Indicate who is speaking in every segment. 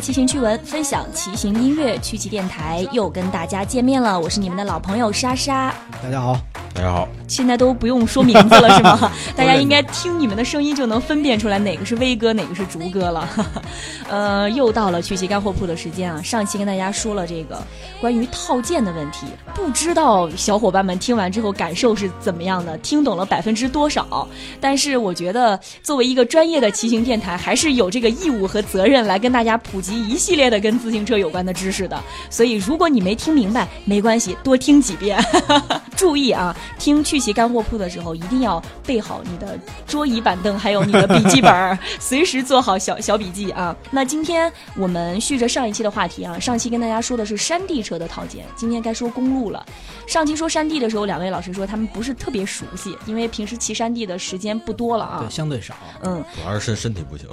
Speaker 1: 骑行趣闻，分享骑行音乐。趣骑电台又跟大家见面了，我是你们的老朋友莎莎。
Speaker 2: 大家好，
Speaker 3: 大家好，
Speaker 1: 现在都不用说名字了，是吗？大家应该听你们的声音就能分辨出来哪个是威哥，哪个是竹哥了。呃，又到了去骑干货铺的时间啊！上期跟大家说了这个关于套件的问题，不知道小伙伴们听完之后感受是怎么样的？听懂了百分之多少？但是我觉得，作为一个专业的骑行电台，还是有这个义务和责任来跟大家普及一系列的跟自行车有关的知识的。所以，如果你没听明白，没关系，多听几遍。注意啊，听去骑干货铺的时候，一定要备好你的桌椅板凳，还有你的笔记本儿，随时做好小小笔记啊。那今天我们续着上一期的话题啊，上期跟大家说的是山地车的套件，今天该说公路了。上期说山地的时候，两位老师说他们不是特别熟悉，因为平时骑山地的时间不多了啊
Speaker 2: 对，。相对少，
Speaker 1: 嗯，
Speaker 3: 主要是身身体不行。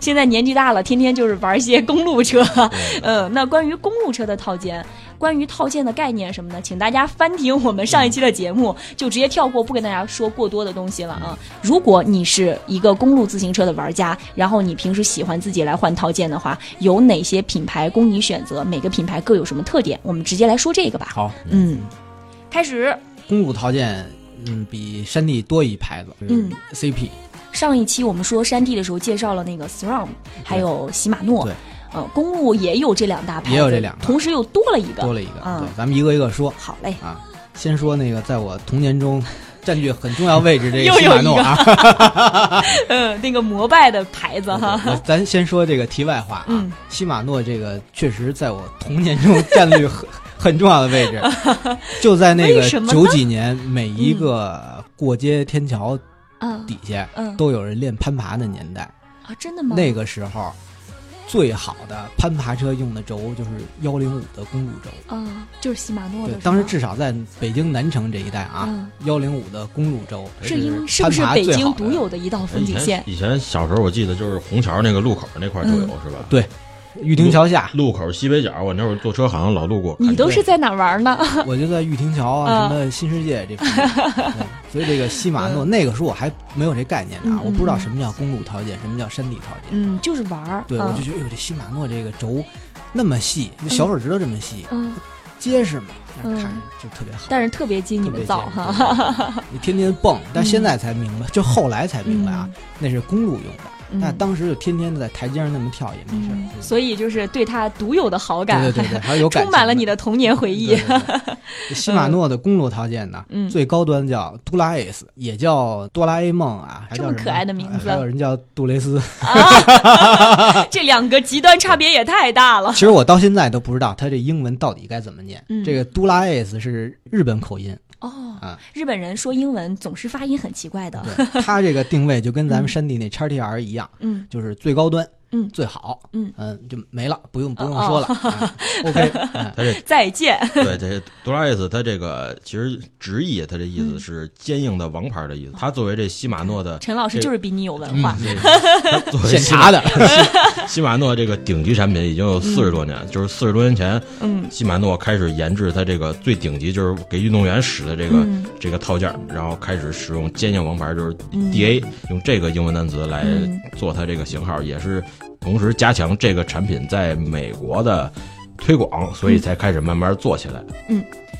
Speaker 1: 现在年纪大了，天天就是玩一些公路车。
Speaker 3: 对
Speaker 1: 嗯，那关于公路车的套件，关于套件的概念什么的，请大家翻听我们上一期的节
Speaker 2: 嗯
Speaker 1: 目，就直接跳过，不跟大家说过多的东西了啊。如果你是一个公路自行车的玩家，然后你平时喜欢自己来换套件的话，有哪些品牌供你选择？每个品牌各有什么特点？我们直接来说这个吧。
Speaker 2: 好，
Speaker 1: 嗯，开始。
Speaker 2: 公路套件，嗯，比山地多一牌子，
Speaker 1: 嗯
Speaker 2: ，CP，
Speaker 1: 上一期我们说山地的时候，介绍了那个 SRAM，还有禧玛诺
Speaker 2: 对。
Speaker 1: 呃，公路也有这两大牌子，
Speaker 2: 也有这两个
Speaker 1: 同时又多了一个。
Speaker 2: 多了一个，
Speaker 1: 嗯
Speaker 2: 对，咱们一个一个说
Speaker 1: 好嘞，
Speaker 2: 啊。先说那个，在我童年中占据很重要位置 这
Speaker 1: 又
Speaker 2: 个
Speaker 1: 有
Speaker 2: 禧玛诺啊，
Speaker 1: 嗯， 那个摩拜的牌子哈，
Speaker 2: 我咱先说这个题外话啊，
Speaker 1: 嗯
Speaker 2: 禧玛诺这个确实在我童年中占据很很重要的 位置，就在那
Speaker 1: 为
Speaker 2: 个
Speaker 1: 什么呢
Speaker 2: 九几年每一个过街天桥
Speaker 1: 嗯
Speaker 2: 底下
Speaker 1: 嗯
Speaker 2: 都有人练攀爬的年代。
Speaker 1: 啊，真的吗？
Speaker 2: 那个时候，最好的攀爬车用的轴就是幺零五的公路轴。
Speaker 1: 啊，就是禧玛诺
Speaker 2: 对
Speaker 1: 的，，
Speaker 2: 当时
Speaker 1: 这
Speaker 2: 至少在北京南城这一带啊，
Speaker 1: 嗯，
Speaker 2: 幺零五的公路轴
Speaker 1: 是因是
Speaker 2: 攀
Speaker 1: 不是
Speaker 2: 爬
Speaker 1: 北
Speaker 2: 最
Speaker 1: 京
Speaker 2: 好
Speaker 1: 独
Speaker 2: 的。哎
Speaker 1: 有的一道风
Speaker 3: 哎以
Speaker 1: 景
Speaker 3: 前
Speaker 1: 线？
Speaker 3: 以前小时候我记得就是虹桥那个路口那块儿都有、是吧？
Speaker 2: 玉亭桥下，
Speaker 3: 路口西北角，我那会儿坐车好像老路过。
Speaker 1: 你都是在哪玩呢？
Speaker 2: 我就在玉亭桥啊，什么新世界这附近。对所以这个禧玛诺那个时候我还没有这概念
Speaker 1: 嗯
Speaker 2: 啊
Speaker 1: 嗯，
Speaker 2: 我不知道什么叫公路套件，什么叫山地套件。
Speaker 1: 嗯，就是玩儿。
Speaker 2: 对，我就觉得，哎呦，这禧玛诺这个轴那么细，那小手指头这么细，
Speaker 1: 嗯，嗯
Speaker 2: 结实嘛，
Speaker 1: 嗯
Speaker 2: 那看着就特别好。
Speaker 1: 但是特别经你
Speaker 2: 特
Speaker 1: 们
Speaker 2: 别
Speaker 1: 造
Speaker 2: 结实
Speaker 1: 哈。，嗯
Speaker 2: 对你天天蹦，但现在才明白，就后来才明白啊，那是公路用的。
Speaker 1: 嗯，
Speaker 2: 那当时就天天在台阶上那么跳也没事儿
Speaker 1: 嗯，
Speaker 2: 对
Speaker 1: 所以就是对他独有的好感，
Speaker 2: 对对对对，还有感
Speaker 1: 充
Speaker 2: 情
Speaker 1: 满了你的童年回忆
Speaker 2: 对。对对 对这禧玛诺的公路套件呢，
Speaker 1: 嗯
Speaker 2: 最高端叫杜拉 S，也叫哆啦 A 梦啊，还叫
Speaker 1: 这么
Speaker 2: 什
Speaker 1: 可爱的名字
Speaker 2: 还有人叫杜蕾斯。
Speaker 1: 这两个极端差别也太大了
Speaker 2: 其。实我到现在都不知道它这英文到底该怎么念
Speaker 1: 嗯。
Speaker 2: 这个杜拉 S 是日本口音，
Speaker 1: 哦
Speaker 2: 啊，
Speaker 1: 日本人说英文总是发音很奇怪的。
Speaker 2: 对它这个定位就跟咱们山地那 XTR 一样，
Speaker 1: 嗯
Speaker 2: 就是最高端，
Speaker 1: 嗯
Speaker 2: 最好，
Speaker 1: 嗯
Speaker 2: 就没了，不用不用
Speaker 1: 哦
Speaker 2: 说了、 啊，OK，嗯
Speaker 3: 它这
Speaker 1: 再见。
Speaker 3: 对这多拉 S，它这个其实直译，它这意思是坚硬的王牌的意思。它作为这禧玛 诺
Speaker 2: 呃
Speaker 3: 的，
Speaker 1: 陈老师就是比你有文
Speaker 2: 嗯
Speaker 1: 化。
Speaker 3: 这个它作为
Speaker 2: 现查 的，
Speaker 3: 禧玛诺这个顶级产品已经有四十多年，就是四十多年前，
Speaker 1: 嗯
Speaker 3: 禧玛诺开始研制它这个最顶级，就是给运动员使的这个、
Speaker 1: 嗯
Speaker 3: 这个套件儿，然后开始使用坚硬王牌，就是
Speaker 1: 嗯
Speaker 3: DA，、用这个英文单词来
Speaker 1: 嗯
Speaker 3: 做它这个型号，也是同时加强这个产品在美国的推广，所
Speaker 1: 嗯
Speaker 3: 以才开始慢慢做起来，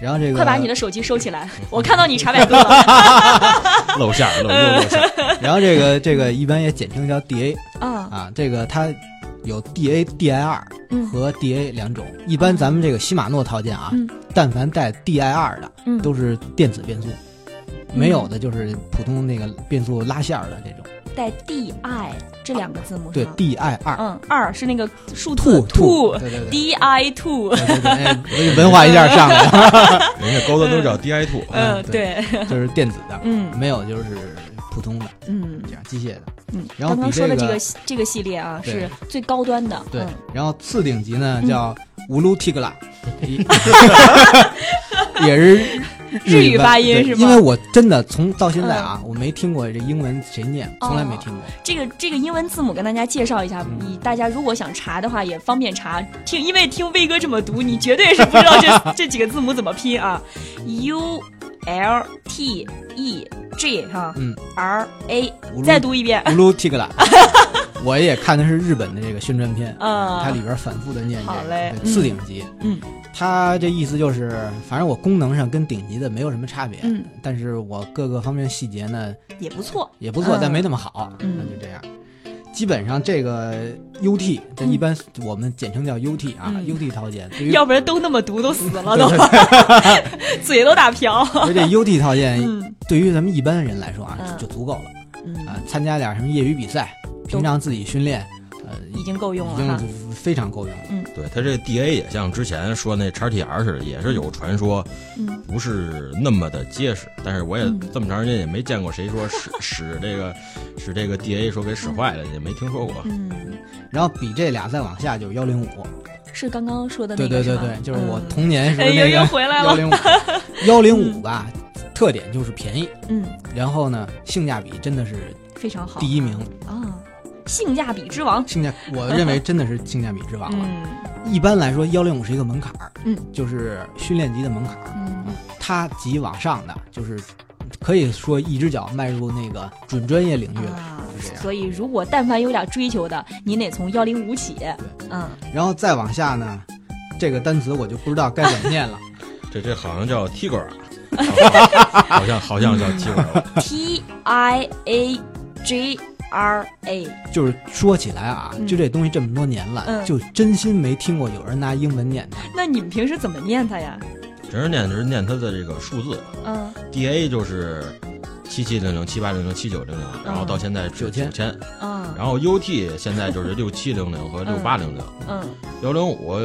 Speaker 2: 然后这个
Speaker 1: 快把你的手机收起来， 我看到你查百科 了。
Speaker 3: 露馅儿，露又露馅 儿。
Speaker 2: 然后这个这个一般也简称叫 DA
Speaker 1: 啊，
Speaker 2: 啊，这个它有 DA、DIR
Speaker 1: 嗯
Speaker 2: 和 DA 两种。一般咱们这个禧玛诺套件啊，
Speaker 1: 嗯
Speaker 2: 但凡带 DIR 的
Speaker 1: 嗯
Speaker 2: 都是电子变速，没有的就是普通那个变速拉线儿的这种。
Speaker 1: 带 D I 这两个字母
Speaker 2: 对
Speaker 1: 是吗？
Speaker 2: ，DIR
Speaker 1: 嗯，二是那个树
Speaker 2: 兔
Speaker 1: 兔
Speaker 2: 对对对。
Speaker 1: D I 兔，
Speaker 2: 对对对， 哎文化一下上来了，
Speaker 3: 人家钩子都叫 DI Two，
Speaker 1: 嗯，
Speaker 2: 嗯
Speaker 1: 对，
Speaker 2: 就是电子的，
Speaker 1: 嗯
Speaker 2: 没有就是普通的
Speaker 1: 嗯
Speaker 2: 这样机械的。
Speaker 1: 嗯。
Speaker 2: 然后
Speaker 1: 刚刚
Speaker 2: 比
Speaker 1: 说的这
Speaker 2: 这
Speaker 1: 个
Speaker 2: 个
Speaker 1: 系这个系列啊，
Speaker 2: 对
Speaker 1: 是最高端的，
Speaker 2: 对
Speaker 1: 嗯，
Speaker 2: 然后次顶级呢叫乌鲁提格拉， 也是
Speaker 1: 日语发音
Speaker 2: 对
Speaker 1: 是吗嗯
Speaker 2: 因为我真的从到现在啊，我没听过这英文谁念，从
Speaker 1: 哦
Speaker 2: 来没听过。
Speaker 1: 这个这个英文字母跟大家介绍一下，
Speaker 2: 嗯
Speaker 1: 你大家如果想查的话也方便查。听，因为听威哥这么读，你绝对是不知道 这这几个字母怎么拼啊，U L T E G 哈
Speaker 2: 嗯
Speaker 1: ，R A，
Speaker 2: 乌鲁
Speaker 1: 再读一遍，
Speaker 2: 乌鲁提格拉， 我也看的是日本的这个宣传片，
Speaker 1: 啊
Speaker 2: 它里边反复的念这
Speaker 1: 好嘞嗯
Speaker 2: 个对次顶级，
Speaker 1: 嗯，
Speaker 2: 它这意思就是，反正我功能上跟顶级的没有什么差别，
Speaker 1: 嗯，
Speaker 2: 但是我各个方面细节呢
Speaker 1: 也不错，
Speaker 2: 也不错，
Speaker 1: 嗯
Speaker 2: 但没那么好，
Speaker 1: 嗯
Speaker 2: 那就这样。基本上这个 UT，这
Speaker 1: 嗯
Speaker 2: 一般我们简称叫 UT 啊、
Speaker 1: 嗯
Speaker 2: u t 套件，对于
Speaker 1: 要不然都那么毒，都死了
Speaker 2: 对
Speaker 1: 都
Speaker 2: 对，
Speaker 1: 嘴都打 瓢。
Speaker 2: 对所以这 UT 套件
Speaker 1: 嗯
Speaker 2: 对于咱们一般人来说啊，
Speaker 1: 嗯
Speaker 2: 就就足够了
Speaker 1: 嗯，
Speaker 2: 啊、参加点什么业余比赛，平常自己训练，呃，
Speaker 1: 嗯已经够用
Speaker 2: 已
Speaker 1: 了哈。
Speaker 2: 经非常够用了。
Speaker 3: 对它这 DA 也像之前说那 XTR 似的，也是有传说
Speaker 1: 嗯，
Speaker 3: 不是那么的结实，但是我也
Speaker 1: 嗯
Speaker 3: 这么长时间也没见过谁说使 使这个使这个 DA 说给使坏了，也没听说过。
Speaker 1: 嗯，
Speaker 2: 然后比这俩再往下就是幺零五，
Speaker 1: 是刚刚说的那
Speaker 2: 对
Speaker 1: 个
Speaker 2: 对对
Speaker 1: 是吧
Speaker 2: 对，就是我
Speaker 1: 嗯
Speaker 2: 童年时候
Speaker 1: 哎又
Speaker 2: 那
Speaker 1: 又
Speaker 2: 个
Speaker 1: 回来
Speaker 2: 幺
Speaker 1: 了。
Speaker 2: 零五， 幺零五吧，特点就是便宜，
Speaker 1: 嗯，
Speaker 2: 然后呢，性价比真的是
Speaker 1: 非常好。
Speaker 2: 第一名，
Speaker 1: 啊，性价比之王。
Speaker 2: 性价我认为真的是性价比之王了。
Speaker 1: 嗯
Speaker 2: 一般来说，幺零五是一个门槛儿，
Speaker 1: 嗯，
Speaker 2: 就是训练级的门槛儿，
Speaker 1: 嗯
Speaker 2: 它及往上的就是可以说一只脚迈入那个准专业领域了。
Speaker 1: 啊
Speaker 2: 是这，样
Speaker 1: 所以如果但凡有点追求的，您得从幺零五起。嗯，
Speaker 2: 然后再往下呢，这个单词我就不知道该怎么念 了。
Speaker 3: 这这好像叫 Tiger，啊 好像好像叫 Tiger，
Speaker 1: T I A G R A，
Speaker 2: 就是说起来啊，
Speaker 1: 嗯
Speaker 2: 就这东西这么多年了，
Speaker 1: 嗯
Speaker 2: 就真心没听过有人拿英文念它。
Speaker 1: 那你们平时怎么念它呀？
Speaker 3: 只是念只是念它的这个数字
Speaker 1: 嗯，
Speaker 3: ，DA 就是七七零零、七八零零、七九零零，然后到
Speaker 1: 哦
Speaker 3: 现在是
Speaker 2: 九
Speaker 3: 九
Speaker 2: 千
Speaker 3: 千，
Speaker 1: 嗯
Speaker 3: 然后 UT 现在就是六七零零和
Speaker 1: 嗯
Speaker 3: 六八零零，
Speaker 1: 嗯
Speaker 3: 幺零五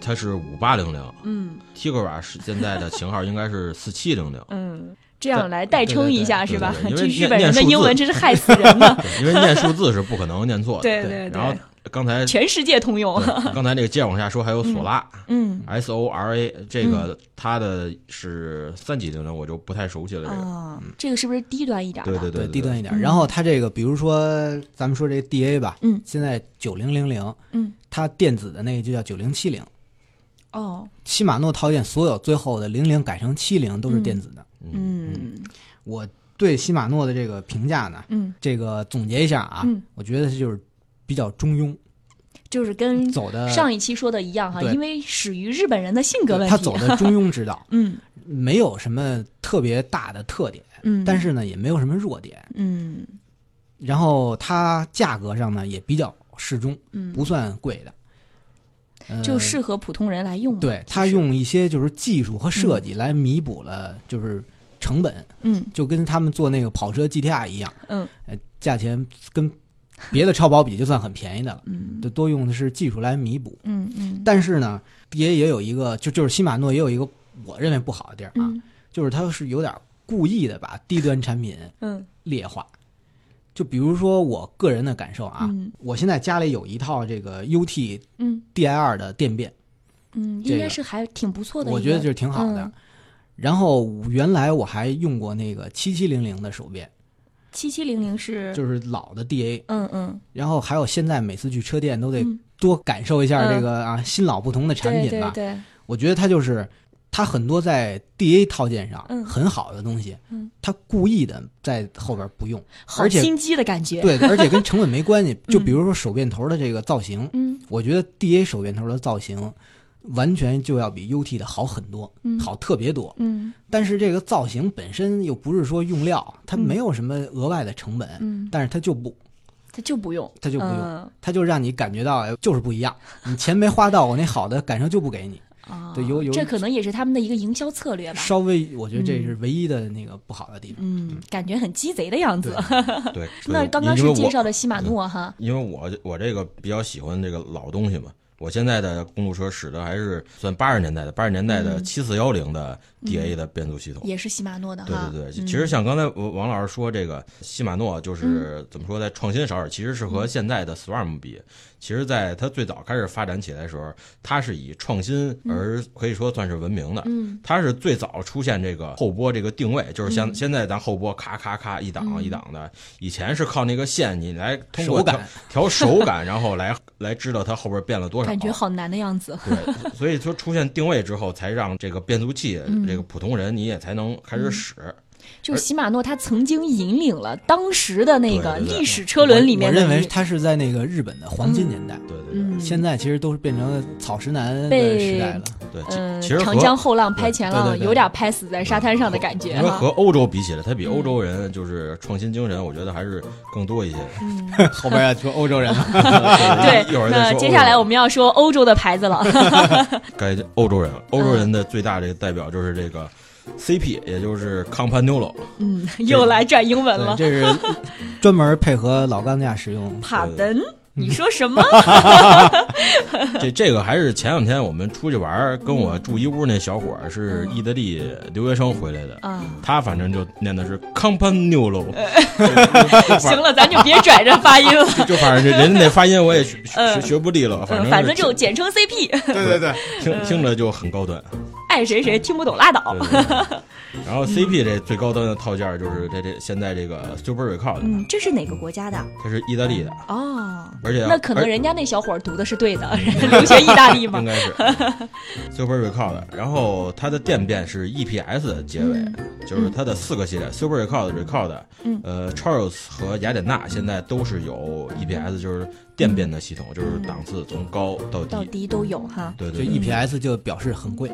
Speaker 3: 它是五八零零
Speaker 1: 嗯
Speaker 3: t i g r a 是现在的型号应该是四七零零。
Speaker 1: 嗯，这样来代称一下是吧
Speaker 3: 对对？
Speaker 1: 这
Speaker 3: 对因为
Speaker 1: 日
Speaker 3: 念
Speaker 1: 本人的
Speaker 3: 念数字
Speaker 1: 英文真是害死人了。
Speaker 3: 对因为念数字是不可能念错 的。
Speaker 1: 对
Speaker 2: 对
Speaker 1: 对，
Speaker 3: 然后刚才
Speaker 1: 全世界通用。
Speaker 3: 对刚才那个接往下说还有索拉
Speaker 1: 嗯
Speaker 3: S O R A 这个它的是三级零零，我就不太熟悉了。这个
Speaker 1: 啊，这个是不是低端一点
Speaker 3: 对
Speaker 1: 的？
Speaker 3: 对对，
Speaker 2: 低端一点。
Speaker 1: 嗯
Speaker 2: 然后它这个，比如说咱们说这 DA 吧，
Speaker 1: 嗯
Speaker 2: 现在九零零零，
Speaker 1: 嗯，
Speaker 2: 它电子的那个就叫九零七零。
Speaker 1: 哦，
Speaker 2: 禧玛诺套件所有最后的零零改成七零都是电子的。
Speaker 1: 嗯
Speaker 2: 我对禧玛诺的这个评价呢，
Speaker 1: 嗯，
Speaker 2: 这个总结一下啊，
Speaker 1: 嗯
Speaker 2: 我觉得就是比较中庸，
Speaker 1: 就是跟
Speaker 2: 走的
Speaker 1: 上一期说的一样哈，
Speaker 2: 呃对
Speaker 1: 因为始于日本人的性格问题。啊
Speaker 2: 他走的中庸之道，
Speaker 1: 嗯
Speaker 2: 没有什么特别大的特点，
Speaker 1: 嗯，
Speaker 2: 但是呢也没有什么弱点。
Speaker 1: 嗯
Speaker 2: 然后它价格上呢也比较适中，
Speaker 1: 嗯，
Speaker 2: 不算贵的。呃
Speaker 1: 就适合普通人来用嘛。
Speaker 2: 对
Speaker 1: 其
Speaker 2: 它
Speaker 1: 实
Speaker 2: 用一些就是技术和设计来弥补了就是成本，
Speaker 1: 嗯
Speaker 2: 就跟他们做那个跑车 GTR 一样，
Speaker 1: 嗯
Speaker 2: 呃，价钱跟别的超跑比就算很便宜的了，
Speaker 1: 嗯
Speaker 2: 就多用的是技术来弥补。
Speaker 1: 嗯嗯，
Speaker 2: 但是呢，也也有一个就就是禧玛诺也有一个我认为不好的地儿啊，
Speaker 1: 嗯
Speaker 2: 就是它是有点故意的把低端产品
Speaker 1: 嗯
Speaker 2: 劣化。就比如说我个人的感受啊，
Speaker 1: 嗯
Speaker 2: 我现在家里有一套这个 UT
Speaker 1: 嗯
Speaker 2: DIR 的电变，
Speaker 1: 嗯，
Speaker 2: 这
Speaker 1: 应该
Speaker 2: 个
Speaker 1: 是还挺不错的一个。
Speaker 2: 我觉得就是挺好的。
Speaker 1: 嗯
Speaker 2: 然后原来我还用过那个七七零零的手变，
Speaker 1: 七七零零是
Speaker 2: 就是老的 DA。
Speaker 1: 嗯嗯
Speaker 2: 然后还有现在每次去车店都得
Speaker 1: 嗯
Speaker 2: 多感受一下
Speaker 1: 嗯
Speaker 2: 这个啊新老不同的产
Speaker 1: 对
Speaker 2: 品
Speaker 1: 对
Speaker 2: 吧。
Speaker 1: 对，
Speaker 2: 我觉得它就是它很多在 DA 套件上
Speaker 1: 嗯
Speaker 2: 很好的东西
Speaker 1: 嗯，
Speaker 2: 它故意的在后边不用，
Speaker 1: 好
Speaker 2: 而且
Speaker 1: 心机的感觉。
Speaker 2: 对，而且跟成本没 关系。
Speaker 1: 嗯
Speaker 2: 就比如说手变头的这个造型，
Speaker 1: 嗯
Speaker 2: 我觉得 DA 手变头的造型完全就要比 UT 的好很多，
Speaker 1: 嗯
Speaker 2: 好特别多。
Speaker 1: 嗯
Speaker 2: 但是这个造型本身又不是说用料，它
Speaker 1: 嗯
Speaker 2: 没有什么额外的成本，
Speaker 1: 嗯，
Speaker 2: 但是它就不，
Speaker 1: 他就不用，
Speaker 2: 它就不用，
Speaker 1: 嗯
Speaker 2: 它就让你感觉到哎就是不一样。你钱没花到，我那好的感受就不给你。
Speaker 1: 啊，
Speaker 2: 对有有
Speaker 1: 这可能也是他们的一个营销策略吧。
Speaker 2: 稍微，我觉得这是唯一的那个不好的地方。
Speaker 1: 嗯，感觉很鸡贼的样子。
Speaker 3: 嗯对，
Speaker 1: 那
Speaker 3: 对
Speaker 1: 刚刚
Speaker 3: 因
Speaker 1: 是
Speaker 3: 为我
Speaker 1: 介绍的禧玛
Speaker 2: 嗯
Speaker 1: 诺哈，
Speaker 3: 因为我我这个比较喜欢这个老东西嘛，我现在的公路车使的还是算八十年代的，八十年代的
Speaker 1: 嗯
Speaker 3: 七四幺零的 DA 的变速系统。
Speaker 1: 也是禧玛诺的
Speaker 3: 对
Speaker 1: 哈。
Speaker 3: 对对，
Speaker 1: 嗯
Speaker 3: 其实像刚才王王老师说，这个禧玛诺就是怎么说，在创新少点，其实是
Speaker 1: 嗯
Speaker 3: 和现在的 SWAM 比，其实在它最早开始发展起来的时候，它是以创新而可以说算是闻名的。
Speaker 1: 嗯
Speaker 3: 它是最早出现这个后拨这个定位，就是像现在咱后拨咔咔咔一
Speaker 1: 嗯
Speaker 3: 档一档的，以前是靠那个线你来通过
Speaker 2: 手
Speaker 3: 调
Speaker 2: 感
Speaker 3: 调手感，然后来来知道它后边变了多少。
Speaker 1: 感觉好难的样子。
Speaker 3: 对，
Speaker 1: 嗯
Speaker 3: 所以说出现定位之后，才让这个变速器，这个普通人你也才能开始使。
Speaker 1: 就是禧玛诺，它曾经引领了当时的那个
Speaker 3: 对对对
Speaker 1: 历史车轮里面
Speaker 2: 我
Speaker 1: 的
Speaker 2: 认为
Speaker 1: 女
Speaker 2: 它是在那个日本的黄金年代，
Speaker 3: 对对对
Speaker 1: 嗯，
Speaker 2: 现在其实都是变成了草食男的
Speaker 1: 被
Speaker 2: 时代了。
Speaker 3: 对，其
Speaker 1: 嗯，
Speaker 3: 其实和
Speaker 1: 长江后浪拍前浪，
Speaker 2: 对对对
Speaker 1: 有点拍死在沙滩上的感觉
Speaker 3: 因为和
Speaker 1: 哈。
Speaker 3: 欧洲比起来，他比欧洲人就是创新精神，我觉得还是更多一些。
Speaker 1: 嗯，
Speaker 2: 后边要说欧洲人 了，
Speaker 1: 对
Speaker 3: 一会，儿再
Speaker 1: 那
Speaker 3: 说哦
Speaker 1: 接
Speaker 3: 欧
Speaker 1: 下
Speaker 3: 洲
Speaker 1: 来我们要说欧洲的牌子了。
Speaker 3: 该欧洲人了。欧洲人
Speaker 1: 嗯
Speaker 3: 的最大这个代表就是这个 CP，也就是康帕纽罗。
Speaker 1: 嗯，又来转英文
Speaker 2: 对
Speaker 1: 了。
Speaker 2: 这是专门配合老钢架使用。
Speaker 1: 帕登，你说什么？
Speaker 3: 这这个还是前两天我们出去玩儿，跟我住一屋那小伙儿是
Speaker 1: 嗯
Speaker 3: 意大利留学生回来的，
Speaker 1: 啊，
Speaker 3: 他反正就念的是 Campagnolo，
Speaker 1: 嗯行了，咱就别拽着发音了。
Speaker 3: 就反正人家那发音我也学
Speaker 1: 嗯
Speaker 3: 学学不利落，
Speaker 1: 嗯，
Speaker 3: 正
Speaker 1: 反
Speaker 3: 反
Speaker 1: 正就嗯简称 CP，
Speaker 2: 对对对，
Speaker 3: 听听着就很高端。
Speaker 1: 爱谁谁，听不懂拉倒
Speaker 3: 对。对对 然后 CP 这最高端的套件儿就是这这现在这个 Super Recall，的
Speaker 1: 嗯，这是哪个国家的？
Speaker 3: 它是意大利的，
Speaker 1: 哦，
Speaker 3: 而且
Speaker 1: 那可能
Speaker 3: 啊而
Speaker 1: 人家那小伙儿读的是对的， 留学意大利嘛
Speaker 3: 应。该 是 Super Recall 的。然后它的电变是 E EPS 结尾，就是它的四个系列、Super Recall 的 Recall 的，
Speaker 1: 嗯
Speaker 3: 呃，Charles 和雅典娜现在都是有 EPS，就是电变的系统，就是档次从高到低。
Speaker 1: 到低都有哈
Speaker 3: 对
Speaker 2: 就
Speaker 3: 对对
Speaker 2: EPS 就表示很贵，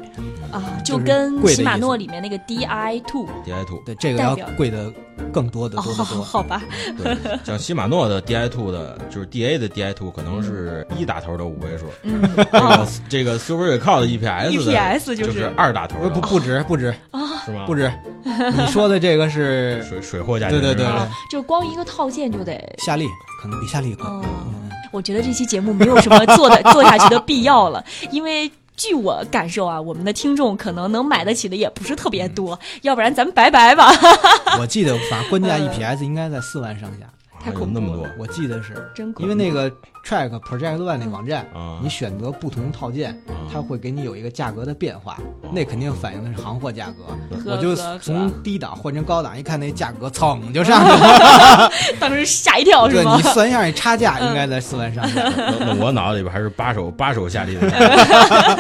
Speaker 1: 啊，
Speaker 2: 就
Speaker 1: 就是跟
Speaker 2: 贵的
Speaker 1: 禧玛
Speaker 2: 意思
Speaker 1: 诺里面那个 DI two 哦
Speaker 3: DI Two，
Speaker 2: 对这个要
Speaker 1: 代表哦
Speaker 2: 贵的更多的，多
Speaker 1: 好
Speaker 2: 得
Speaker 1: 好
Speaker 2: 多。
Speaker 1: 好吧，
Speaker 3: 对，像禧玛诺的 DI Two 的，就是 DA 的 DI Two 可能是一打头的五位数，
Speaker 1: 嗯，
Speaker 3: 这个
Speaker 1: 哦
Speaker 3: 这个 Super Recall 的 EPS 的
Speaker 1: EPS ，E 就啊
Speaker 3: 就是是二打头
Speaker 2: 呃不不
Speaker 3: 的，
Speaker 2: 不止不止
Speaker 3: 是吗？
Speaker 2: 不止，
Speaker 1: 哦
Speaker 2: 你说的这个是
Speaker 3: 水水货价钱
Speaker 2: 对对对
Speaker 3: 是吧
Speaker 1: 啊，就光一个套件就得
Speaker 2: 夏利，可能比夏利贵。
Speaker 1: 哦。
Speaker 2: 嗯
Speaker 1: 我觉得这期节目没有什么做的做下去的必要了，因为据我感受啊，我们的听众可能能买得起的也不是特别多， 要不然咱们拜拜吧。
Speaker 2: 我记得反正官价
Speaker 1: 嗯
Speaker 2: EPS 应该在四万上下，
Speaker 1: 太
Speaker 3: 还啊有
Speaker 1: 恐
Speaker 3: 那么
Speaker 1: 怖
Speaker 3: 多
Speaker 2: 我记得是
Speaker 1: 真贵
Speaker 2: 因为那个 Track Project One
Speaker 1: 嗯
Speaker 2: 那个网站，
Speaker 3: 啊
Speaker 2: 你！选择不同套件，它会给你有一个价格的变化，
Speaker 1: 嗯
Speaker 2: 那肯定反映的是行货价格。
Speaker 1: 呵
Speaker 2: 我就
Speaker 1: 呵
Speaker 2: 从
Speaker 1: 呵
Speaker 2: 低档换成高档，一看那价格，噌就上去 了。
Speaker 1: 当时吓一跳哦是
Speaker 2: 对
Speaker 1: 吗嗯
Speaker 2: 你？算一下，你差价应该在四万上下。
Speaker 3: 那那我脑子里边还是八手八手下地 的。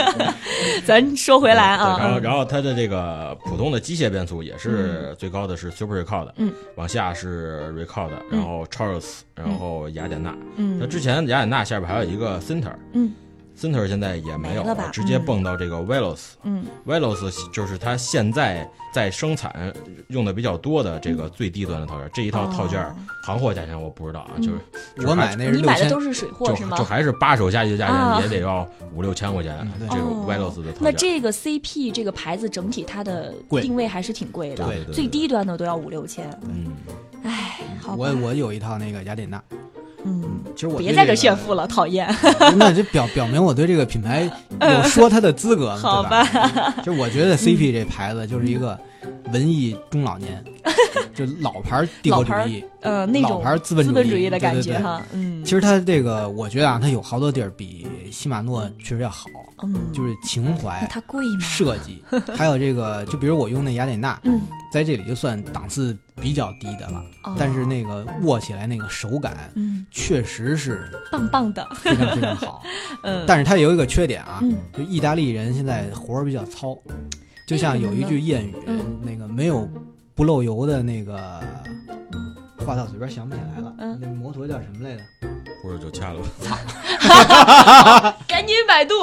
Speaker 1: 咱说回来
Speaker 3: 嗯对然
Speaker 1: 啊，
Speaker 3: 后然后它的这个普通的机械变速也是最高的是 Super Recall 的，
Speaker 1: 嗯，
Speaker 3: 往下是 Recall 的，然后 Charles，然后雅典娜。那
Speaker 1: 嗯
Speaker 3: 之前雅典娜下边还有一个 Center，
Speaker 1: 嗯。
Speaker 3: Center 现在也没有
Speaker 1: 没了吧
Speaker 3: 直接
Speaker 1: 嗯
Speaker 3: 蹦到这个 Velos，
Speaker 1: 嗯
Speaker 3: Velos 就是它现在在生产用的比较多的这个最低端的套件，这一套套件
Speaker 1: 哦
Speaker 3: 行货价钱我不知道啊，就是
Speaker 2: 我买那是
Speaker 1: 你
Speaker 2: 六
Speaker 1: 买的
Speaker 2: 千，
Speaker 1: 都是水货
Speaker 3: 就是
Speaker 1: 吗
Speaker 3: 就？还是八手下去的价
Speaker 1: 啊
Speaker 3: 钱也得要五六千块钱
Speaker 2: 嗯，对
Speaker 3: 这个
Speaker 1: 哦
Speaker 3: Velos 的
Speaker 1: 那
Speaker 3: 套件。
Speaker 1: 这个 CP 这个牌子整体它的
Speaker 2: 贵
Speaker 1: 定位还是挺贵的，
Speaker 3: 对对对
Speaker 1: 最低端的都要五六千。
Speaker 3: 嗯，
Speaker 1: 唉，好吧
Speaker 2: 我，我有一套那个雅典娜，
Speaker 1: 嗯，
Speaker 2: 其实我
Speaker 1: 别在这炫
Speaker 2: 炫
Speaker 1: 富了，讨厌。
Speaker 2: 那这表表明我对这个品牌有说它的资格，
Speaker 1: 好
Speaker 2: 对嗯吧？就我觉得 CP 这牌子就是一个文艺中老 年，就老牌 帝国主义，
Speaker 1: 呃，那
Speaker 2: 老
Speaker 1: 种
Speaker 2: 牌资本
Speaker 1: 资
Speaker 2: 主义
Speaker 1: 本主义的
Speaker 2: 对
Speaker 1: 感
Speaker 2: 对
Speaker 1: 觉
Speaker 2: 对
Speaker 1: 哈，嗯，
Speaker 2: 其实它这个我觉得啊，它有好多地儿比禧玛诺确实要好，
Speaker 1: 嗯，
Speaker 2: 就是情
Speaker 1: 那
Speaker 2: 怀、
Speaker 1: 它贵吗？
Speaker 2: 设计，还有这个，就比如我用那雅典娜，
Speaker 1: 嗯，
Speaker 2: 在这里就算档次比较低的了，
Speaker 1: 哦
Speaker 2: 但是那个握起来那个手感
Speaker 1: 嗯，
Speaker 2: 确实是
Speaker 1: 棒棒的，
Speaker 2: 非常非常好。
Speaker 1: 嗯，
Speaker 2: 但是它有一个缺点啊，
Speaker 1: 嗯
Speaker 2: 就意大利人现在活儿比较糙，就像有一句谚语，
Speaker 1: 嗯
Speaker 2: 那个没有不漏油的那个话到嘴边想不起来了，
Speaker 1: 嗯
Speaker 2: 那摩托叫什么来着？
Speaker 3: 或者就掐了吧。
Speaker 1: 赶紧百度，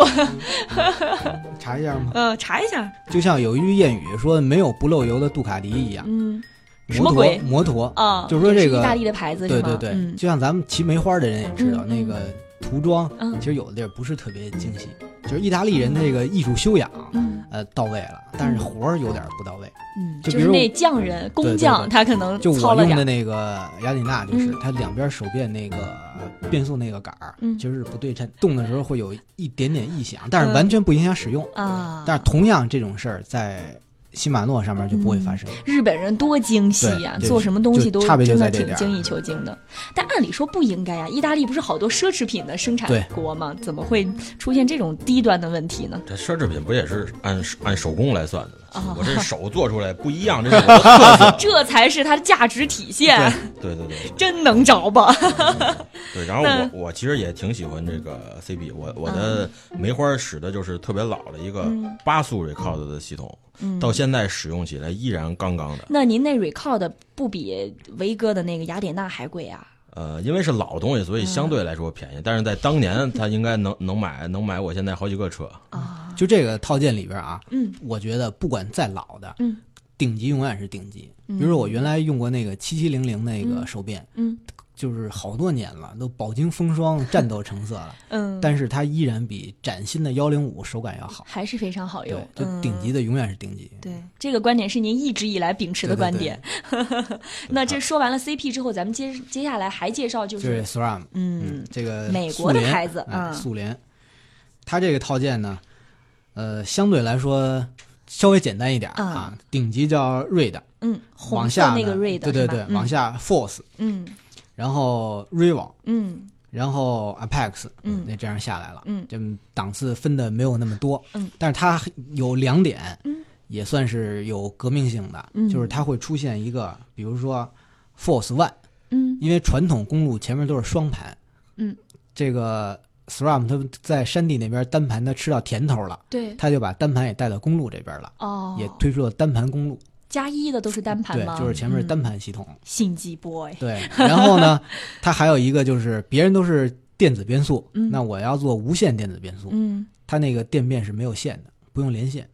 Speaker 2: 查一下吗？
Speaker 1: 呃，查一下，
Speaker 2: 就像有一句谚语说没有不漏油的杜卡迪一样，
Speaker 1: 嗯什
Speaker 2: 摩
Speaker 1: 么
Speaker 2: 托
Speaker 1: 鬼
Speaker 2: 摩托，
Speaker 1: 啊，
Speaker 2: 就是说
Speaker 1: 也
Speaker 2: 这个
Speaker 1: 意大利的牌子
Speaker 2: 对
Speaker 1: 是吗？
Speaker 2: 对对，
Speaker 1: 嗯
Speaker 2: 就像咱们骑梅花的人也知道，
Speaker 1: 嗯
Speaker 2: 那个涂装、
Speaker 1: 嗯
Speaker 2: 其实有的地儿不是特别精细，就是意大利人这个艺术修养。
Speaker 1: 嗯
Speaker 2: 呃，到位了，但是活儿有点儿不到位。
Speaker 1: 嗯，
Speaker 2: 就
Speaker 1: 就
Speaker 2: 比
Speaker 1: 是
Speaker 2: 如
Speaker 1: 那匠人
Speaker 2: 对
Speaker 1: 工
Speaker 2: 对
Speaker 1: 匠，
Speaker 2: 对
Speaker 1: 他可能
Speaker 2: 就
Speaker 1: 操
Speaker 2: 我
Speaker 1: 了
Speaker 2: 用
Speaker 1: 点
Speaker 2: 的
Speaker 1: 儿，
Speaker 2: 那个雅典娜，就是、
Speaker 1: 嗯
Speaker 2: 它两边手变那个变速那个杆儿，
Speaker 1: 嗯
Speaker 2: 其实是不对称，动的时候会有一点点异响，但
Speaker 1: 嗯
Speaker 2: 是完全不影响使用。
Speaker 1: 啊，
Speaker 2: 但是同样这种事儿在禧玛诺上面就不会发生。
Speaker 1: 日本人多精细呀、
Speaker 2: 对
Speaker 1: 做什么东西都
Speaker 2: 就差别就
Speaker 1: 真的
Speaker 2: 在这
Speaker 1: 挺
Speaker 2: 点儿
Speaker 1: 精益求精的。但按理说不应该呀、意大利不是好多奢侈品的生产
Speaker 2: 对
Speaker 1: 国吗？怎么会出现这种低端的问题呢？
Speaker 3: 这奢侈品不也是按按手工来算的吗
Speaker 1: 哦？
Speaker 3: 我这手做出来不一样，这是我的
Speaker 2: 啊
Speaker 3: 特色。
Speaker 1: 这才是它的价值体现，
Speaker 3: 对对对，
Speaker 1: 真能着吧？
Speaker 3: 对，然后
Speaker 1: 那
Speaker 3: 我我其实也挺喜欢这个 CB，我我的梅花使的就是特别老的一个
Speaker 1: 嗯
Speaker 3: 八速 record 的系统，
Speaker 1: 嗯
Speaker 3: 到现在使用起来依然杠杠的。
Speaker 1: 那您那 Record 不比维哥的那个雅典娜还贵啊？
Speaker 3: 呃，因为是老东西，所
Speaker 1: 嗯
Speaker 3: 以相对来说便宜，但是在当年它应该能能买能买我现在好几个车。
Speaker 1: 啊，
Speaker 2: 就这个套件里边啊，
Speaker 1: 嗯
Speaker 2: 我觉得不管再老的，
Speaker 1: 嗯
Speaker 2: 顶级永远是顶级。
Speaker 1: 嗯
Speaker 2: 比如说我原来用过那个七七零零那个
Speaker 1: 嗯
Speaker 2: 手变，
Speaker 1: 嗯
Speaker 2: 就是好多年了，都饱经风霜、战斗成色了，
Speaker 1: 嗯，
Speaker 2: 但是它依然比崭新的幺零五手感要好。
Speaker 1: 还是非常好
Speaker 2: 对
Speaker 1: 用，，
Speaker 2: 就
Speaker 1: 嗯
Speaker 2: 顶级的永远是顶级。
Speaker 1: 对，这个观点是您一直以来秉持的
Speaker 2: 对对
Speaker 1: 观
Speaker 2: 对
Speaker 1: 点。 那这说完了 CP 之后，咱们接接下来还介绍就
Speaker 2: 就是
Speaker 1: 是
Speaker 2: SRAM，
Speaker 1: 嗯
Speaker 2: 这个
Speaker 1: 美
Speaker 2: 苏
Speaker 1: 国的
Speaker 2: 联
Speaker 1: 牌子
Speaker 2: 哎
Speaker 1: 嗯
Speaker 2: 苏联，它这个套件呢，呃，相对来说稍微简单一点儿
Speaker 1: 嗯
Speaker 2: 啊，顶级叫 Red，
Speaker 1: 嗯，红
Speaker 2: 往
Speaker 1: 色
Speaker 2: 下
Speaker 1: 那个
Speaker 2: 呢
Speaker 1: Red
Speaker 2: 对对
Speaker 1: 是吧
Speaker 2: 对，往下 Force，
Speaker 1: 嗯
Speaker 2: 然后 Rival，
Speaker 1: 嗯
Speaker 2: 然后 Apex，
Speaker 1: 嗯
Speaker 2: 那这样下来了，
Speaker 1: 嗯
Speaker 2: 这档次分的没有那么多，
Speaker 1: 嗯，
Speaker 2: 但是它有两点，
Speaker 1: 嗯，
Speaker 2: 也算是有革命性的，
Speaker 1: 嗯
Speaker 2: 就是它会出现一个，比如说 Force One，
Speaker 1: 嗯
Speaker 2: 因为传统公路前面都是双盘，
Speaker 1: 嗯，
Speaker 2: 这个 SRAM 它在山地那边单盘它吃到甜头了，
Speaker 1: 对
Speaker 2: 它就把单盘也带到公路这边了，
Speaker 1: 哦，
Speaker 2: 也推出了单盘公路，
Speaker 1: 加一的都是单盘
Speaker 2: 对
Speaker 1: 吗？，
Speaker 2: 就是前面是
Speaker 1: 嗯
Speaker 2: 单盘系统，
Speaker 1: 心机 boy，
Speaker 2: 对，然后呢，它还有一个就是别人都是电子变速，
Speaker 1: 嗯
Speaker 2: 那我要做无线电子变速，
Speaker 1: 嗯
Speaker 2: 它那个电变是没有线的，不用连线，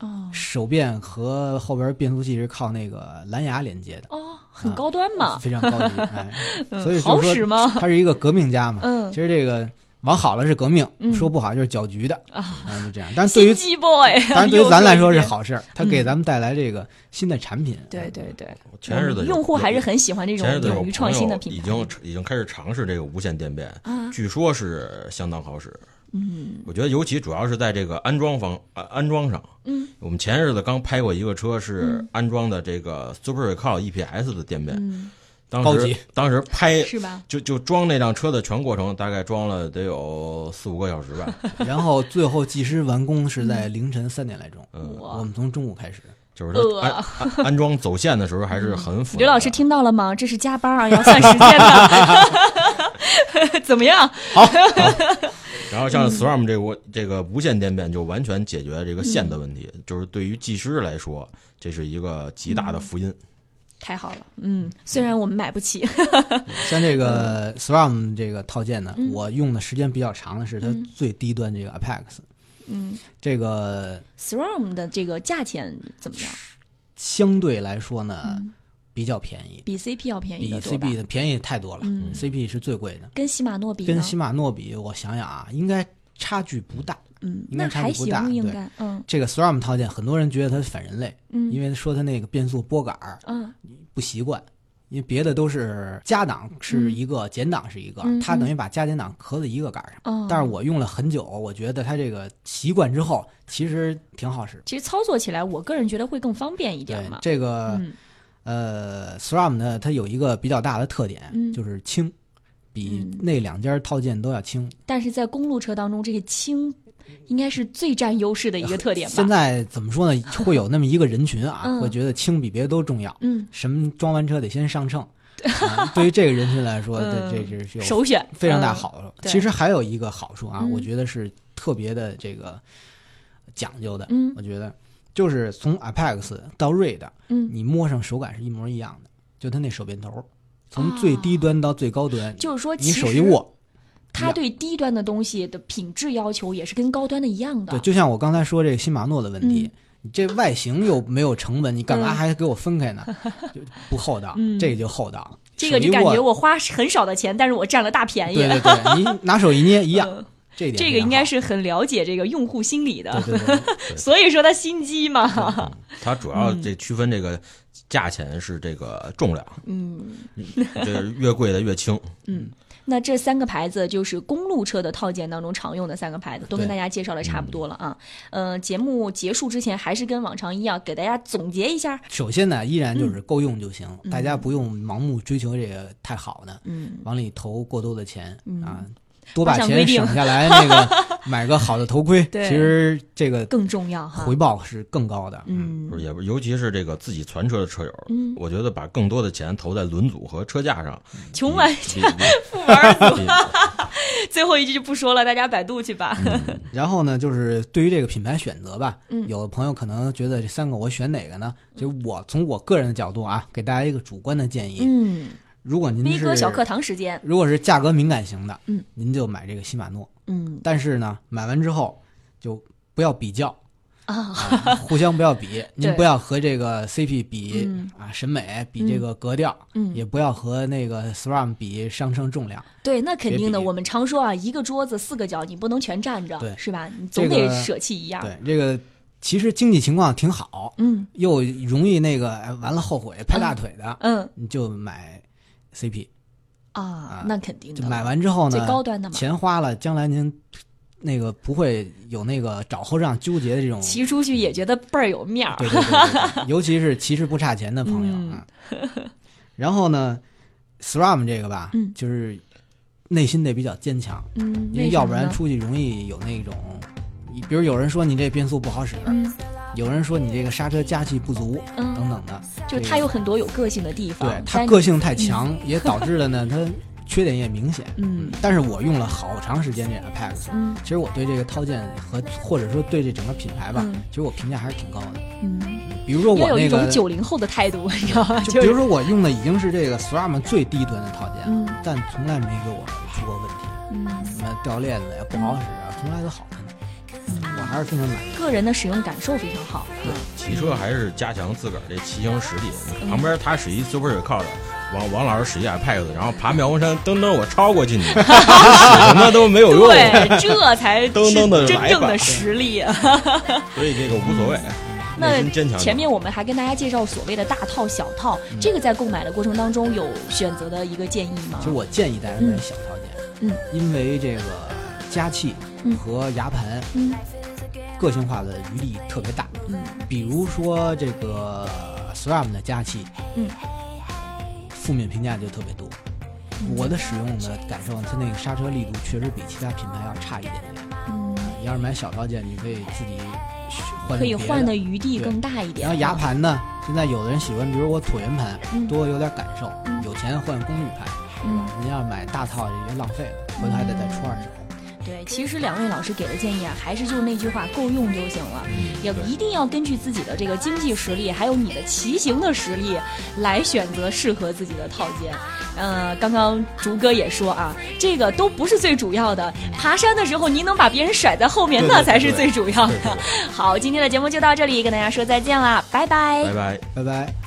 Speaker 1: 哦
Speaker 2: 手变和后边变速器是靠那个蓝牙连接的，
Speaker 1: 哦，很
Speaker 2: 啊
Speaker 1: 高端嘛，
Speaker 2: 非常高级，哎，
Speaker 1: 嗯
Speaker 2: 所以
Speaker 1: 好
Speaker 2: 就是
Speaker 1: 使
Speaker 2: 说
Speaker 1: 吗？
Speaker 2: 它是一个革命家嘛。
Speaker 1: 嗯
Speaker 2: 其实这个往好了是革命，
Speaker 1: 嗯
Speaker 2: 说不好就是搅局的
Speaker 1: 啊，
Speaker 2: 啊，就这样。但是 对
Speaker 1: 心
Speaker 2: 于
Speaker 1: 机 boy，
Speaker 2: 当然对于咱来说是
Speaker 1: 又一遍。
Speaker 2: 好事儿，它
Speaker 1: 嗯
Speaker 2: 给咱们带来这个新的产品，
Speaker 1: 对对对，
Speaker 3: 前日子有
Speaker 1: 嗯用户还是
Speaker 3: 有
Speaker 1: 很喜欢这种
Speaker 3: 前日子有
Speaker 1: 勇于创新的
Speaker 3: 朋
Speaker 1: 品
Speaker 3: 友
Speaker 1: 牌。
Speaker 3: 已经已经开始尝试这个无线电变，
Speaker 1: 啊，
Speaker 3: 据说是相当好使。
Speaker 1: 嗯
Speaker 3: 我觉得尤其主要是在这个安装方安安装上，
Speaker 1: 嗯
Speaker 3: 我们前日子刚拍过一个车是安装的这个 Super Recall EPS 的电变，
Speaker 1: 嗯，
Speaker 3: 当
Speaker 2: 高
Speaker 3: 时
Speaker 2: 级
Speaker 3: 当时拍
Speaker 1: 是吧？
Speaker 3: 就就装那辆车的全过程，大概装了得有四五个小时 吧。
Speaker 2: 然后最后技师完工是在凌晨三点来钟，
Speaker 3: 嗯，
Speaker 1: 嗯哇
Speaker 2: 我们从中午开始，
Speaker 3: 就是它安安安装走线的时候还是很
Speaker 1: 啊嗯
Speaker 3: 复杂的。
Speaker 1: 刘老师听到了吗？这是加班啊，要算时间的。 怎么样？
Speaker 3: 然后
Speaker 1: 嗯
Speaker 3: 像 SRAM 这个这个无线电变就完全解决这个线的问题，
Speaker 1: 嗯
Speaker 3: 就是对于技师来说，这是一个极大的福音。
Speaker 1: 太好了，嗯，虽然我们买不起，
Speaker 2: 像这个
Speaker 1: 嗯
Speaker 2: SRAM 这个套件呢，我用的时间比较长的是它最低端这个 Apex，
Speaker 1: 嗯
Speaker 2: 这个
Speaker 1: ，SRAM 的这个价钱怎么样？
Speaker 2: 相对来说呢比较便宜，
Speaker 1: 比 CP 要嗯便宜
Speaker 2: 比
Speaker 1: 的多吧
Speaker 2: CB？的便宜太多了
Speaker 1: 嗯
Speaker 2: ，CP 是最贵的，
Speaker 1: 跟禧玛诺比呢？
Speaker 2: 跟禧玛诺比，我想想啊，应该差距不大。
Speaker 1: 嗯，
Speaker 2: 应该
Speaker 1: 那
Speaker 2: 差
Speaker 1: 还
Speaker 2: 距不
Speaker 1: 行
Speaker 2: 大，
Speaker 1: 应
Speaker 2: 对
Speaker 1: 该，嗯
Speaker 2: 这个 SRAM 套件，很多人觉得它反人类，
Speaker 1: 嗯
Speaker 2: 因为说它那个变速拨杆儿
Speaker 1: 嗯
Speaker 2: 不习惯，因为别的都是加档是一个，减档是一个
Speaker 1: 嗯，
Speaker 2: 它等于把加减档合在一个杆儿上。
Speaker 1: 嗯。
Speaker 2: 但是我用了很久，我觉得它这个习惯之后，其实挺好使。
Speaker 1: 其实操作起来，我个人觉得会更方便一
Speaker 2: 对
Speaker 1: 点嘛。
Speaker 2: 这个、
Speaker 1: 嗯
Speaker 2: 呃，SRAM 呢，它有一个比较大的特点，
Speaker 1: 嗯
Speaker 2: 就是轻，比
Speaker 1: 嗯
Speaker 2: 那两家套件都要轻。
Speaker 1: 但是在公路车当中，这个轻应该是最占优势的一个特点吧。
Speaker 2: 现在怎 么说呢？会有那么一个人群啊，
Speaker 1: 嗯
Speaker 2: 会觉得轻比别的都重要。
Speaker 1: 嗯，
Speaker 2: 什么装完车得先 上秤。啊对于这个人群来说，
Speaker 1: 嗯
Speaker 2: 这这是有
Speaker 1: 首选
Speaker 2: 非常大
Speaker 1: 嗯
Speaker 2: 好处。
Speaker 1: 对
Speaker 2: 其实还有一个好处啊，
Speaker 1: 嗯
Speaker 2: 我觉得是特别的这个讲究的。
Speaker 1: 嗯
Speaker 2: 我觉得就是从 Apex 到 Red，
Speaker 1: 嗯，
Speaker 2: 你摸上手感是一模一样的，就它那手柄头，从最低端到最高端，
Speaker 1: 啊就是说，
Speaker 2: 你手一，握，
Speaker 1: 他对低端的东西的品质要求也是跟高端的一样的。
Speaker 2: 对，就像我刚才说这个新马诺的问题。你这外形又没有成本，你干嘛
Speaker 1: 嗯
Speaker 2: 还给我分开呢？就不厚道，
Speaker 1: 嗯
Speaker 2: 这个就厚道。
Speaker 1: 这个
Speaker 2: 手
Speaker 1: 就
Speaker 2: 一
Speaker 1: 感
Speaker 2: 握
Speaker 1: 觉我花很少的钱，但是我占了大便宜。
Speaker 2: 对对对，你拿手一捏一样，
Speaker 1: 嗯
Speaker 2: 这一点
Speaker 1: 这个应该
Speaker 2: 是
Speaker 1: 是很了解这个用户心理的，
Speaker 2: 对对对，
Speaker 1: 所以说他心机嘛。
Speaker 3: 嗯它主要这区分这个价钱是这个重量，
Speaker 1: 嗯，
Speaker 3: 这越贵的越轻。
Speaker 1: 那这三个牌子就是公路车的套件当中常用的三个牌子，都跟大家介绍的差
Speaker 2: 嗯
Speaker 1: 不多了啊。呃，节目结束之前，还是跟往常一样，给大家总结一下。
Speaker 2: 首先呢，依
Speaker 1: 嗯
Speaker 2: 然就是够用就行，大家不用盲目追求这个太好的，
Speaker 1: 嗯，
Speaker 2: 往里投过多的钱、啊。多把
Speaker 1: 法项规
Speaker 2: 钱
Speaker 1: 定
Speaker 2: 省下来，那个买个好的头盔，
Speaker 1: 对
Speaker 2: 其实这个
Speaker 1: 更重要哈
Speaker 2: 回。报是更高的。
Speaker 1: 嗯
Speaker 3: 不是也不是，尤其是这个自己全车的车友，
Speaker 1: 嗯
Speaker 3: 我觉得把更多的钱投在轮组和车架上，
Speaker 1: 穷玩
Speaker 3: 比
Speaker 1: 不玩儿，
Speaker 3: 比比
Speaker 1: 最后一句就不说了，大家百度去吧。
Speaker 2: 然后呢，就是对于这个品牌选择吧，
Speaker 1: 嗯
Speaker 2: 有的朋友可能觉得这三个我选哪个呢？就我从我个人的角度啊，给大家一个主观的建议。
Speaker 1: 嗯，
Speaker 2: 如果您
Speaker 1: 逼
Speaker 2: 是
Speaker 1: 哥小课堂时间，
Speaker 2: 如果是价格敏感型的，
Speaker 1: 嗯，
Speaker 2: 您就买这个禧玛诺。
Speaker 1: 嗯
Speaker 2: 但是呢，买完之后就不要比较，
Speaker 1: 啊，
Speaker 2: 互相不 要比，您
Speaker 1: 对
Speaker 2: 不要和这个 CP 比、
Speaker 1: 嗯
Speaker 2: 啊审美，比这个格调，
Speaker 1: 嗯，
Speaker 2: 也不要和那个 SRAM 比上乘重量。
Speaker 1: 对，那肯定的。
Speaker 2: 别比
Speaker 1: 我们常说啊，一个桌子四个角，你不能全站着，
Speaker 2: 对
Speaker 1: 是吧？你总
Speaker 2: 这
Speaker 1: 得
Speaker 2: 个
Speaker 1: 舍弃一样。
Speaker 2: 对，这个其实经济情况挺好，
Speaker 1: 嗯
Speaker 2: 又容易那个哎完了后悔拍大腿的，
Speaker 1: 嗯
Speaker 2: 你就买 CP，
Speaker 1: 啊
Speaker 2: 啊，
Speaker 1: 那肯定
Speaker 2: 就
Speaker 1: 的。
Speaker 2: 买完之后
Speaker 1: 嗯最
Speaker 2: 呢，
Speaker 1: 高端的嘛，
Speaker 2: 钱花了，将来您那个不会有那个找后账纠结的这种。
Speaker 1: 骑出去也觉得倍儿有面儿。
Speaker 2: 对对对对对，尤其是其实不差钱的朋友
Speaker 1: 嗯
Speaker 2: 啊。 然后呢，SRAM 这个吧，
Speaker 1: 嗯
Speaker 2: 就是内心得比较坚强，
Speaker 1: 嗯，
Speaker 2: 因为
Speaker 1: 为
Speaker 2: 要
Speaker 1: 什
Speaker 2: 不
Speaker 1: 么
Speaker 2: 然
Speaker 1: 呢
Speaker 2: 出去容易有那种，比如有人说你这变速不好使，
Speaker 1: 嗯
Speaker 2: 有人说你这个刹车加气不足
Speaker 1: 嗯，
Speaker 2: 等等的，
Speaker 1: 就他有很多有个性的地方
Speaker 2: 对，
Speaker 1: 啊但
Speaker 2: 它
Speaker 1: 是
Speaker 2: 个性太强，也导致了呢它缺点也明显。
Speaker 1: 嗯
Speaker 2: 但是我用了好长时间这 Apex，
Speaker 1: 嗯
Speaker 2: 其实我对这个套件和或者说对这整个品牌吧，
Speaker 1: 嗯
Speaker 2: 其实我评价还是挺高的。
Speaker 1: 嗯，
Speaker 2: 比如说我
Speaker 1: 要有一
Speaker 2: 那
Speaker 1: 种
Speaker 2: 个，
Speaker 1: 九零后的态度，你知道吗？
Speaker 2: 就
Speaker 1: 就
Speaker 2: 比
Speaker 1: 是
Speaker 2: 如说我用的已经是这个 SRAM 最低端的套件，
Speaker 1: 嗯
Speaker 2: 但从来没给我出过问题，
Speaker 1: 嗯。
Speaker 2: 什么掉链子呀、不好使啊，从来都好着呢。我还是非常满意。
Speaker 1: 个人的使用感受非常好。
Speaker 3: 骑车还是加强自个儿这骑行实力。旁边他使一 Super Recall 的，王王老师使一 iPad，然后爬苗峰山，噔噔我超过进去， 使什么都没有用，
Speaker 1: 对，这才
Speaker 3: 噔噔地
Speaker 1: 是真
Speaker 3: 来
Speaker 1: 正
Speaker 3: 吧
Speaker 1: 的实力。
Speaker 3: 所以这个无所谓，内
Speaker 1: 嗯那
Speaker 3: 心坚强就好。
Speaker 1: 前面我们还跟大家介绍所谓的大套、小套，这个在购买的过程当中有选择的一个建议吗
Speaker 2: 其？实我建议大家买小套件，
Speaker 1: 嗯，
Speaker 2: 因为这个加气
Speaker 1: 嗯
Speaker 2: 和牙盘
Speaker 1: 嗯
Speaker 2: 个性化的余地特别大。
Speaker 1: 嗯
Speaker 2: 比如说这个 SRAM 的加气，
Speaker 1: 嗯，
Speaker 2: 负面评价就特别多。
Speaker 1: 嗯
Speaker 2: 我的使用的感受，它那个刹车力度确实比其他品牌要差一点点。
Speaker 1: 嗯，
Speaker 2: 你要是买小套件，你可以自己换
Speaker 1: 可以
Speaker 2: 别
Speaker 1: 换
Speaker 2: 的
Speaker 1: 的。余地更大一点。
Speaker 2: 然后牙盘呢，现在有的人喜欢，比如我椭圆盘，
Speaker 1: 嗯
Speaker 2: 多有点感受
Speaker 1: 嗯。
Speaker 2: 有钱换功率盘，
Speaker 1: 嗯
Speaker 2: 您要是买大套也就浪费了，回头还得再出二手。
Speaker 1: 对，其实两位老师给的建议啊，还是就是那句话，够用就行了。也
Speaker 3: 嗯对
Speaker 1: 一定要根据自己的这个经济实力，还有你的骑行的实力来选择适合自己的套件。呃，刚刚竹哥也说啊，这个都不是最主要的。爬山的时候，您能把别人甩在后面，
Speaker 3: 对对
Speaker 1: 那才是
Speaker 3: 对对
Speaker 1: 最主要
Speaker 3: 对对
Speaker 1: 的。好，今天的节目就到这里，跟大家说再见啦，拜拜
Speaker 3: 拜拜。
Speaker 2: 拜拜。